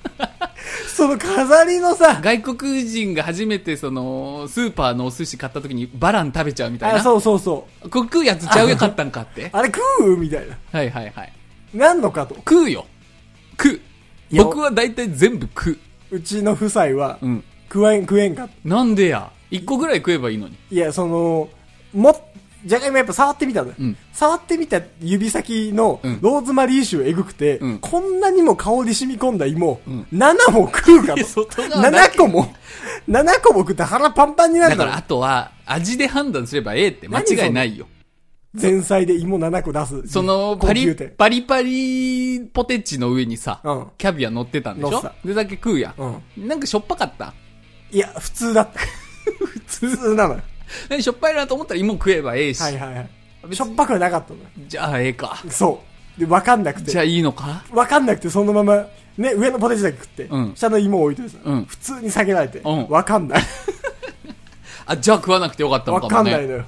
Speaker 1: その飾りのさ、
Speaker 2: 外国人が初めてその、スーパーのお寿司買った時にバラン食べちゃうみたい
Speaker 1: あ、
Speaker 2: な。
Speaker 1: そうそうそう。
Speaker 2: これ食うやつちゃうよかったんかって。
Speaker 1: あれ食うみたいな。
Speaker 2: はいはいはい。
Speaker 1: なんのかと。
Speaker 2: 食うよ。食う。
Speaker 1: いや
Speaker 2: 僕は大体全部食う。
Speaker 1: うちの夫妻は、
Speaker 2: うん。
Speaker 1: 食えん、食えんか。
Speaker 2: なんでや。一個ぐらい食えばいいのに。
Speaker 1: いや、その、も、じゃがいもやっぱ触ってみたのよ、
Speaker 2: うん
Speaker 1: 触ってみた指先の
Speaker 2: うん
Speaker 1: ローズマリー臭えぐくて、
Speaker 2: うん
Speaker 1: こんなにも顔に染み込んだ芋、
Speaker 2: ん
Speaker 1: 7も食うか
Speaker 2: いや
Speaker 1: と。
Speaker 2: 外側だけ
Speaker 1: 7個も、7個も食って腹パンパンになる
Speaker 2: だ
Speaker 1: か
Speaker 2: かららあとは、味で判断すればええって間違いないよ。
Speaker 1: 前菜で芋7個出す。
Speaker 2: その、
Speaker 1: 高
Speaker 2: パリ、
Speaker 1: 級店。
Speaker 2: パリパリポテチの上にさ、
Speaker 1: うん
Speaker 2: キャビア乗ってたんでし
Speaker 1: 乗っ
Speaker 2: ょ
Speaker 1: てた
Speaker 2: でだけ食うや、。
Speaker 1: うん
Speaker 2: なんかしょっぱかった。
Speaker 1: いや、普通だ った。普通なのよ。
Speaker 2: なんかしょっぱいなと思ったら芋食えばええし。
Speaker 1: はいはいはい。しょっぱくはなかったのよ。
Speaker 2: じゃあええか。
Speaker 1: そう。で、わかんなくて
Speaker 2: じゃ。あいいのか
Speaker 1: わかんなくて、そのまま、ね、上のポテチだけ食って、
Speaker 2: うん
Speaker 1: 下の芋を置いといてさ、
Speaker 2: うん
Speaker 1: 普通に下げられて、
Speaker 2: うん
Speaker 1: わかんない。
Speaker 2: あ、じゃあ食わなくてよかったの
Speaker 1: わ
Speaker 2: か
Speaker 1: か
Speaker 2: も
Speaker 1: ん
Speaker 2: ね。
Speaker 1: ないのよ。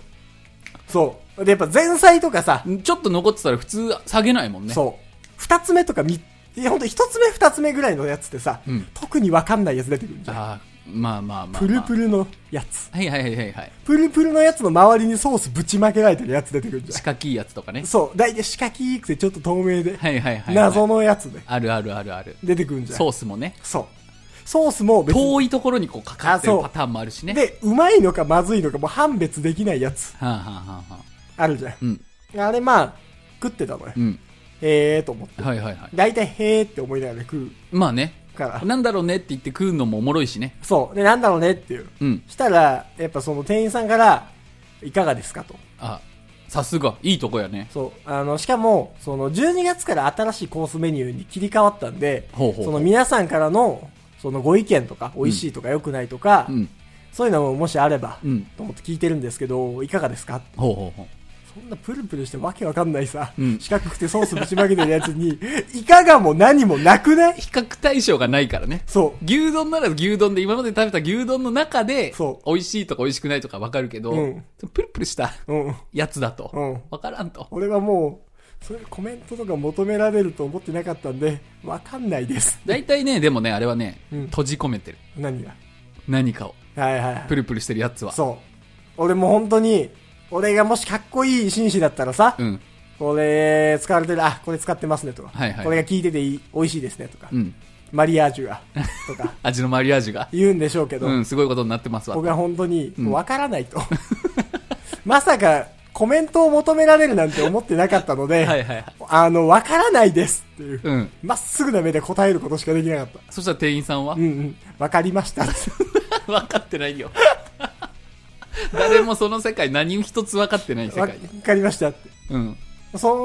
Speaker 1: そう。で、やっぱ前菜とかさ、
Speaker 2: ちょっと残ってたら普通下げないもんね。
Speaker 1: そう。二つ目とかみ、いや、ほんと一つ目二つ目ぐらいのやつってさ、
Speaker 2: うん
Speaker 1: 特にわかんないやつ出てくるじゃん。
Speaker 2: あーまあまあまあまあ。
Speaker 1: プルプルのやつ。
Speaker 2: はいはいはいはいはい。
Speaker 1: プルプルのやつの周りにソースぶちまけられてるやつ出てくるじゃ
Speaker 2: 四角いやつとかね
Speaker 1: ん。。そう。大体四角くてちょっと透明で、
Speaker 2: はいはいはい、はい。
Speaker 1: 謎のやつで
Speaker 2: あるあるあるある。
Speaker 1: 出てくるじゃん。
Speaker 2: ソースもね。
Speaker 1: そう。ソースも別に。
Speaker 2: 遠いところにこうかかってる
Speaker 1: あそう
Speaker 2: パターンもあるしね。
Speaker 1: で、うまいのかまずいのかもう判別できないやつ
Speaker 2: はあ、はあはあはあ、
Speaker 1: あるじゃん。
Speaker 2: うん。
Speaker 1: あれまあ、食ってたのよ。
Speaker 2: うん。
Speaker 1: へえーと思って。
Speaker 2: はいはいはい。
Speaker 1: 大体へーって思いながら食う
Speaker 2: まあね。
Speaker 1: から。
Speaker 2: なんだろうねって言って食うのもおもろいしね。
Speaker 1: そう。で、なんだろうねっていう。
Speaker 2: うん。
Speaker 1: したら、やっぱその店員さんから、いかがですかと。
Speaker 2: あ、さすが。いいとこやね。
Speaker 1: そう。あの、しかも、その、12月から新しいコースメニューに切り替わったんで、
Speaker 2: ほうほうほう
Speaker 1: その皆さんからの、そのご意見とか、美味しいとか良くないとか、
Speaker 2: うん。
Speaker 1: そういうのももしあれば、
Speaker 2: うん
Speaker 1: と思って聞いてるんですけど、いかがですか
Speaker 2: ほうほうほう。
Speaker 1: そんなプルプルしてわけわかんないさ、
Speaker 2: うん
Speaker 1: 四角くてソースぶちまけてるやつに、 いかがも何もなくない
Speaker 2: 比較対象がないからね。
Speaker 1: そ
Speaker 2: 牛丼なら牛丼で、今まで食べた牛丼の中で、
Speaker 1: そう
Speaker 2: 美味しいとか美味しくないとかわかるけど、
Speaker 1: うん
Speaker 2: プルプルした
Speaker 1: う。うん。
Speaker 2: やつだと、
Speaker 1: うん
Speaker 2: わからんと。
Speaker 1: 俺はもう、そういうコメントとか求められると思ってなかったんで、わかんないです。
Speaker 2: 大体ね、でもね、あれはね、
Speaker 1: うん
Speaker 2: 閉じ込めてる。
Speaker 1: 何が
Speaker 2: 何かを。
Speaker 1: はいはいはい
Speaker 2: プ。ルプルしてるやつは。
Speaker 1: そう。俺も本当に、俺がもしかっこいい紳士だったらさ、
Speaker 2: うん。
Speaker 1: これ使われてる、あ、これ使ってますねとか、
Speaker 2: はいはい
Speaker 1: これが効いてていい美味しいですねとか、
Speaker 2: うん。
Speaker 1: マリアージュが、とか
Speaker 2: 味のマリアージュが。
Speaker 1: 言うんでしょうけど、
Speaker 2: うん、すごいことになってますわ。
Speaker 1: 僕は本当にわからないと。 まさかコメントを求められるなんて思ってなかったので、
Speaker 2: はいはいはい。
Speaker 1: あの、わからないですっていう、
Speaker 2: うん。
Speaker 1: まっすぐな目で答えることしかできなかった。
Speaker 2: そしたら店員さんは
Speaker 1: うんうん、わかりま した。
Speaker 2: 分かってないよ 誰もその世界何一つ分かってない世
Speaker 1: わ
Speaker 2: 界
Speaker 1: かりましたって。
Speaker 2: うん
Speaker 1: その、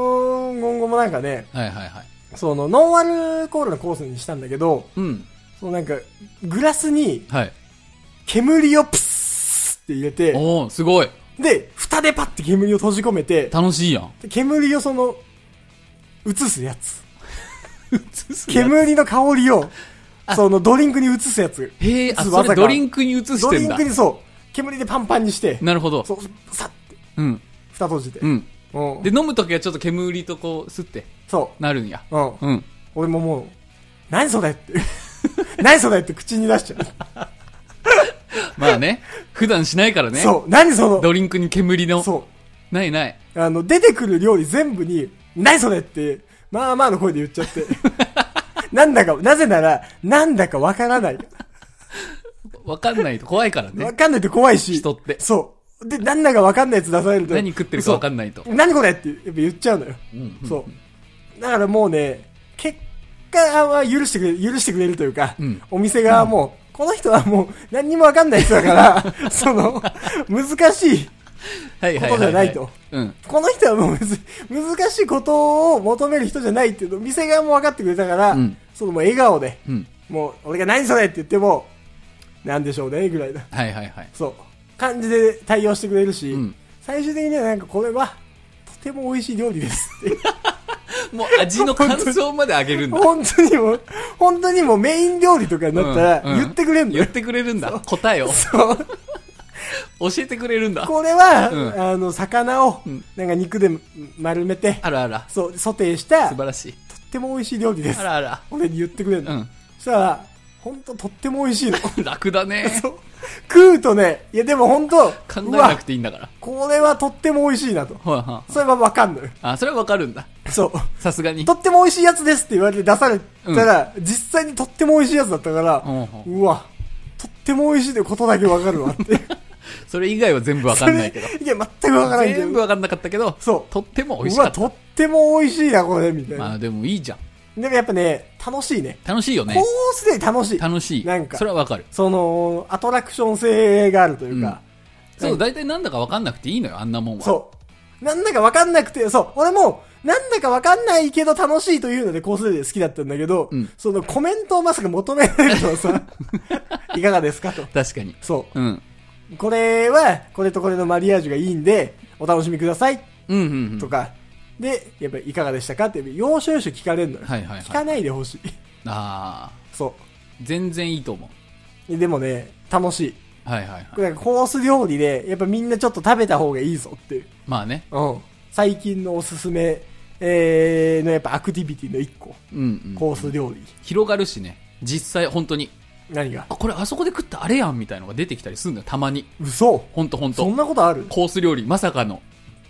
Speaker 1: 今後もなんかね、
Speaker 2: はいはいはい
Speaker 1: その、ノンアルコールのコースにしたんだけど、
Speaker 2: うん
Speaker 1: そのなんか、グラスに
Speaker 2: はい
Speaker 1: 煙をプスって入れて、
Speaker 2: おおすごい
Speaker 1: で、蓋でパッて煙を閉じ込めて、
Speaker 2: 楽しいやん
Speaker 1: で煙をその、移すやつ。
Speaker 2: 煙
Speaker 1: 煙の香りを、そのドリンクに移すやつ。
Speaker 2: へえ
Speaker 1: 移
Speaker 2: あ
Speaker 1: す
Speaker 2: そ
Speaker 1: 技
Speaker 2: れ
Speaker 1: が
Speaker 2: ドリンクに移し
Speaker 1: ド
Speaker 2: て
Speaker 1: リ
Speaker 2: ん
Speaker 1: ン
Speaker 2: だ
Speaker 1: クにそう、煙でパンパンにして、
Speaker 2: なるほど
Speaker 1: そう、さって、
Speaker 2: うん
Speaker 1: 蓋閉じて。
Speaker 2: うん
Speaker 1: うん。
Speaker 2: で飲む時はちょっと煙とこう吸って
Speaker 1: そ
Speaker 2: なるんや
Speaker 1: う。うん。
Speaker 2: うん
Speaker 1: 俺ももう、何それって。 何それって口に出しちゃう。
Speaker 2: まあね 普段しないからね
Speaker 1: そう、何その、
Speaker 2: ドリンクに煙の
Speaker 1: そ、
Speaker 2: ないないう
Speaker 1: あの、出てくる料理全部に、何それって、まあまあの声で言っちゃ って。なんだか、なぜなら、なんだかわからない。
Speaker 2: 分かんないと怖いからね
Speaker 1: わかんないと怖いし。
Speaker 2: 人って
Speaker 1: そう。で、なんだかわかんないやつ出されると。
Speaker 2: 何食ってるか分かんないと
Speaker 1: そう何これって、やっぱ言っちゃうのよ。そう。だからもうね、結果は許してくれる、許してくれるというか、
Speaker 2: うん
Speaker 1: お店側も、この人はもう何にもわかんない人だ から、その、難しい。
Speaker 2: はいはいはい、はい、
Speaker 1: ことじゃないと
Speaker 2: うん
Speaker 1: この人はもう別に難しいことを求める人じゃないっていうの、店側も分かってくれたから、
Speaker 2: うん
Speaker 1: そのもう笑顔で、
Speaker 2: うん
Speaker 1: もう、俺が何それって言っても、なんでしょうね、ぐらいな。
Speaker 2: はいはいはい。
Speaker 1: そう。感じで対応してくれるし、
Speaker 2: うん
Speaker 1: 最終的にはなんかこれは、とても美味しい料理ですって。
Speaker 2: もう味の感想まであげるんだ。
Speaker 1: 本当にもう、本当にもうメイン料理とかになったら、
Speaker 2: うんうん
Speaker 1: 言ってくれんの
Speaker 2: 言
Speaker 1: よ
Speaker 2: っ。てくれるんだ。答え を。
Speaker 1: そう。
Speaker 2: 教えてくれるんだ。
Speaker 1: これは、
Speaker 2: うん
Speaker 1: あの、魚を
Speaker 2: うん、
Speaker 1: なんか肉で丸めて、
Speaker 2: あらあら。
Speaker 1: そう、ソテーした、
Speaker 2: 素
Speaker 1: とっ
Speaker 2: 晴らしい。
Speaker 1: ても美味しい料理で
Speaker 2: あ
Speaker 1: す。
Speaker 2: らあら。
Speaker 1: 俺に言ってくれる
Speaker 2: う
Speaker 1: の。
Speaker 2: ん。
Speaker 1: そしたら、本当とっても美味しいの。
Speaker 2: 楽だね
Speaker 1: そ。う食うとね、いやでも本当
Speaker 2: 考え
Speaker 1: う
Speaker 2: な
Speaker 1: わ
Speaker 2: く、ていいんだから。
Speaker 1: これはとっても美味しいなと。
Speaker 2: ほらは
Speaker 1: それはわかんのよ。
Speaker 2: あ、それはわかるんだ。
Speaker 1: そう。
Speaker 2: さすがに
Speaker 1: と。っても美味しいやつですって言われて出されたら、実際にとっても美味しいやつだったから、
Speaker 2: ほうほう
Speaker 1: うわ、とっても美味しいってことだけわかるわって。
Speaker 2: それ以外は全部わかんないけど。
Speaker 1: そ れいや、全くわからないんだよ。
Speaker 2: 全部わかんなかったけど、
Speaker 1: そう
Speaker 2: とっても美味し
Speaker 1: う
Speaker 2: か
Speaker 1: わ、
Speaker 2: った。
Speaker 1: とっても美味しいな、これ、みたいな。
Speaker 2: まあでもいいじゃん。
Speaker 1: でもやっぱね、楽しいね。
Speaker 2: 楽しいよ
Speaker 1: こ
Speaker 2: ね。
Speaker 1: うすでに楽しい。
Speaker 2: 楽しい。
Speaker 1: なんか
Speaker 2: それはわかる。
Speaker 1: その、アトラクション性があるというか、
Speaker 2: そう、大体なんだかわかんなくていいのよ、あんなもんは。
Speaker 1: そう。なんだかわかんなくて、そう、俺も、なんだかわかんないけど楽しいというのでコースで好きだったんだけど、
Speaker 2: うん
Speaker 1: そのコメントをまさか求められるとは さ、いかがですかと。
Speaker 2: 確かに。
Speaker 1: そ
Speaker 2: うん。
Speaker 1: う。これは、これとこれのマリアージュがいいんで、お楽しみください。
Speaker 2: うんうんう
Speaker 1: と
Speaker 2: ん。
Speaker 1: か、で、やっぱりいかがでしたかって、要所要所聞かれるのよ。
Speaker 2: はいはいはい
Speaker 1: 聞かないでほしい。
Speaker 2: ああ、
Speaker 1: そ
Speaker 2: 全然いいと思
Speaker 1: う。でもね、楽しい。
Speaker 2: う。はいはいはい。
Speaker 1: これなんかコース料理で、やっぱみんなちょっと食べた方がいいぞっていう。
Speaker 2: まあね。
Speaker 1: うん。最近のおすすめ、えー、のやっぱアクティビティの一個。
Speaker 2: うんうん。
Speaker 1: コース料理。
Speaker 2: 広がるしね。実際、本当に。
Speaker 1: 何が
Speaker 2: あ、これあそこで食ったあれやんみたいのが出てきたりするんだよ、たまに。
Speaker 1: 嘘
Speaker 2: ほんとほん
Speaker 1: そ
Speaker 2: と
Speaker 1: ん。なことある
Speaker 2: コース料理、まさかの、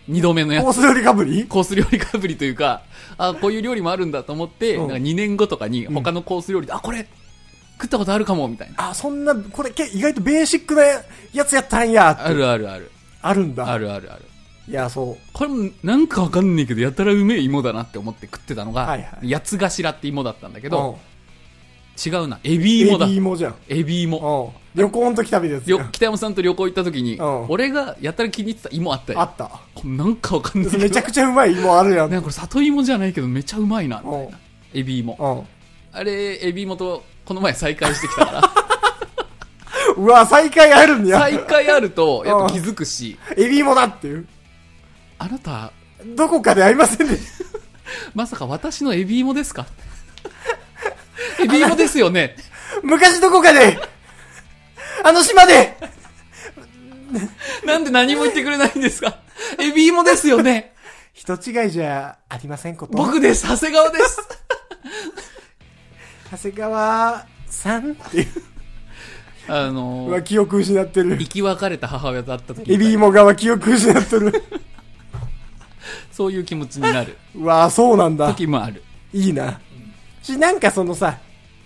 Speaker 2: 二度目のや
Speaker 1: コ
Speaker 2: つ。
Speaker 1: ース料理かぶり
Speaker 2: コース料理かぶりというか、あ、こういう料理もあるんだと思って、
Speaker 1: うん
Speaker 2: なんか2年後とかに
Speaker 1: ん
Speaker 2: 他のコース料理で、あ、これ、食ったことあるかも、みたいな。
Speaker 1: あ、そんな、これけ意外とベーシックなやつやったんやって。
Speaker 2: あるあるある。
Speaker 1: あるんだ。
Speaker 2: あるあるある。
Speaker 1: いや、そう。
Speaker 2: これもなんかわかんねえけど、やたらうめえ芋だなって思って食ってたのが、
Speaker 1: はいはい
Speaker 2: 八つ頭って芋だったんだけ
Speaker 1: け
Speaker 2: ど、、違うな、エビ
Speaker 1: エ
Speaker 2: 芋だ。
Speaker 1: ビ芋じゃん。
Speaker 2: エ
Speaker 1: う
Speaker 2: ビ芋。
Speaker 1: ん。旅行の時食べたやつじゃ
Speaker 2: よ
Speaker 1: ん。
Speaker 2: 北山さんと旅行行った時に、
Speaker 1: うん
Speaker 2: 俺がやたら気に入ってた芋あった
Speaker 1: あ
Speaker 2: よ。
Speaker 1: った。
Speaker 2: これなんかわかんないけど。
Speaker 1: めちゃくちゃうまい芋あるやん。
Speaker 2: なんかこれ里芋じゃないけどめちゃうまいな、み
Speaker 1: う
Speaker 2: た
Speaker 1: ん
Speaker 2: いな。エビ芋。
Speaker 1: うん。
Speaker 2: あれ、エビ芋とこの前再会して きたから、
Speaker 1: うわ、再会あるんや。
Speaker 2: 再会あるとやっぱ気づくし、
Speaker 1: エビ芋だっていう。
Speaker 2: あなた、
Speaker 1: どこかで会いませんでし
Speaker 2: まさか私のエビ芋ですか エビ芋ですよね。
Speaker 1: た。 昔どこかで、あの島で、
Speaker 2: なんで何も言ってくれないんですかエビ芋ですよね。
Speaker 1: 人違いじゃありませんこと。
Speaker 2: 僕です、長谷川です。
Speaker 1: 長谷川さんっていう。
Speaker 2: あ
Speaker 1: う
Speaker 2: の
Speaker 1: わ、記憶失ってる
Speaker 2: 生。き別れた母親と会った時
Speaker 1: エビ芋側記憶失って る。
Speaker 2: そういう気持ちになる
Speaker 1: うわ、そうなんだ。
Speaker 2: 時もある。
Speaker 1: いいな。し、なんかそのさ、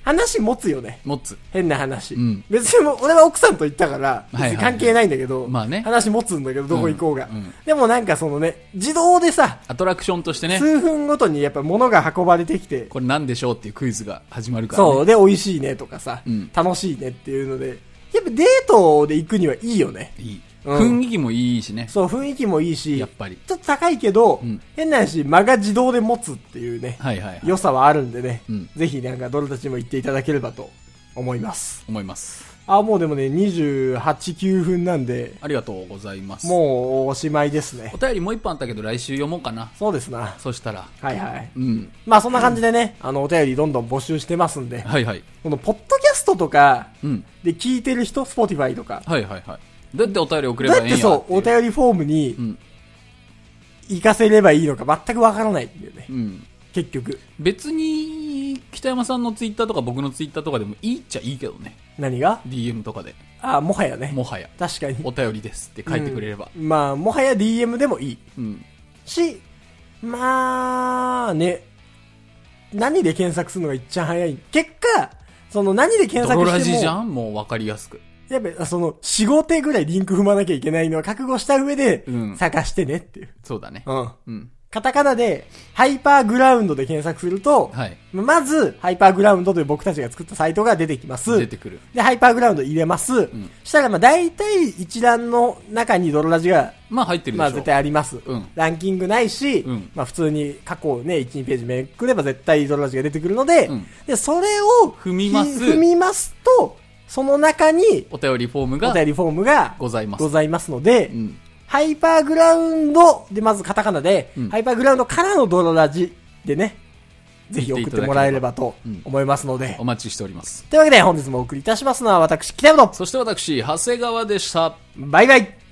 Speaker 1: 話持つよね。
Speaker 2: 持つ。
Speaker 1: 変な話。
Speaker 2: うん
Speaker 1: 別にもう俺は奥さんと行ったから、
Speaker 2: はいはい
Speaker 1: 別に関係ないんだけど、
Speaker 2: まあね
Speaker 1: 話持つんだけど、どこ行こうが、
Speaker 2: うんうん
Speaker 1: でもなんかそのね、自動でさ、
Speaker 2: アトラクションとしてね、
Speaker 1: 数分ごとにやっぱ物が運ばれてきて、
Speaker 2: これなんでしょうっていうクイズが始まるから、ね。
Speaker 1: そう、で、美味しいねとかさ、
Speaker 2: うん
Speaker 1: 楽しいねっていうので、やっぱデートで行くにはいいよね。
Speaker 2: いい。
Speaker 1: うん
Speaker 2: 雰囲気もいいしね。
Speaker 1: そう、雰囲気もいいし、
Speaker 2: やっぱり
Speaker 1: ちょっと高いけど、
Speaker 2: うん
Speaker 1: 変な話、間が自動で持つっていうね、
Speaker 2: はいはい、はい。
Speaker 1: 良さはあるんでね、
Speaker 2: うん
Speaker 1: ぜひなんかどれたちも行っていただければと思います。
Speaker 2: 思います。
Speaker 1: あ、もうでもね、28、9分なんで、
Speaker 2: ありがとうございます。
Speaker 1: もうおしまいですね
Speaker 2: お。便りもう一本あったけど来週読もうかな。
Speaker 1: そうですな。
Speaker 2: そしたら。
Speaker 1: はいはい。
Speaker 2: うん。
Speaker 1: まあそんな感じでね、あの、お便りどんどん募集してますんで、
Speaker 2: はいはい。
Speaker 1: このポッドキャストとか
Speaker 2: うん。
Speaker 1: で聞いてる人、Spotify とか、
Speaker 2: はいはいはい。どうやってお便り送
Speaker 1: ど
Speaker 2: れ
Speaker 1: う
Speaker 2: ば
Speaker 1: や
Speaker 2: い
Speaker 1: っ
Speaker 2: いんや
Speaker 1: てそう、お
Speaker 2: ってい
Speaker 1: 便りフォーム
Speaker 2: う
Speaker 1: に
Speaker 2: ん
Speaker 1: 行かせればいいのか全くわからないんだよね
Speaker 2: う。うん。
Speaker 1: 結局。
Speaker 2: 別に、北山さんのツイッターとか僕のツイッターとかでもいいっちゃいいけどね。
Speaker 1: 何が
Speaker 2: DM とかで。
Speaker 1: あ、もはやね。
Speaker 2: もはや。
Speaker 1: 確かに。
Speaker 2: お便りですって書いてくれれば。
Speaker 1: うんまあ、もはや DM でもいい。
Speaker 2: うん。
Speaker 1: し、まあね、何で検索するのが一番早い。結果、その何で検索
Speaker 2: 泥ラ
Speaker 1: して
Speaker 2: ジ
Speaker 1: も、
Speaker 2: じゃんもうわかりやすく。
Speaker 1: やっぱその4、5手ぐらいリンク踏まなきゃいけないのは覚悟した上で
Speaker 2: う、ん
Speaker 1: 探してねっていう。
Speaker 2: そうだね。
Speaker 1: うん。
Speaker 2: うん。
Speaker 1: カタカナで、ハイパーグラウンドで検索すると、
Speaker 2: はい
Speaker 1: まず、ハイパーグラウンドという僕たちが作ったサイトが出てきます。
Speaker 2: 出てくる
Speaker 1: で、ハイパーグラウンド入れます。
Speaker 2: ん
Speaker 1: したら、まあ、大体一覧の中にドロラジが、
Speaker 2: まあ入ってるでしょ、
Speaker 1: まあ、絶対あります。
Speaker 2: うん
Speaker 1: ランキングないし、
Speaker 2: うん
Speaker 1: まあ、普通に過去ね、1、2ページめくれば絶対ドロラジが出てくるので、
Speaker 2: うん
Speaker 1: で、それを
Speaker 2: 踏みます
Speaker 1: 踏みますと、その中に、
Speaker 2: お便りフォーム
Speaker 1: お
Speaker 2: が
Speaker 1: 便りフォームが
Speaker 2: ございます
Speaker 1: ございますので、
Speaker 2: うん
Speaker 1: ハイパーグラウンドで、まずカタカナで、
Speaker 2: うん
Speaker 1: ハイパーグラウンドからのドロラジでね、ぜひ送ってもらえればと
Speaker 2: うん
Speaker 1: 思いますので。
Speaker 2: お待ちしております
Speaker 1: というわけで本日もお送りいたしますのは私、北山の
Speaker 2: そして私長谷川でした
Speaker 1: バイバイ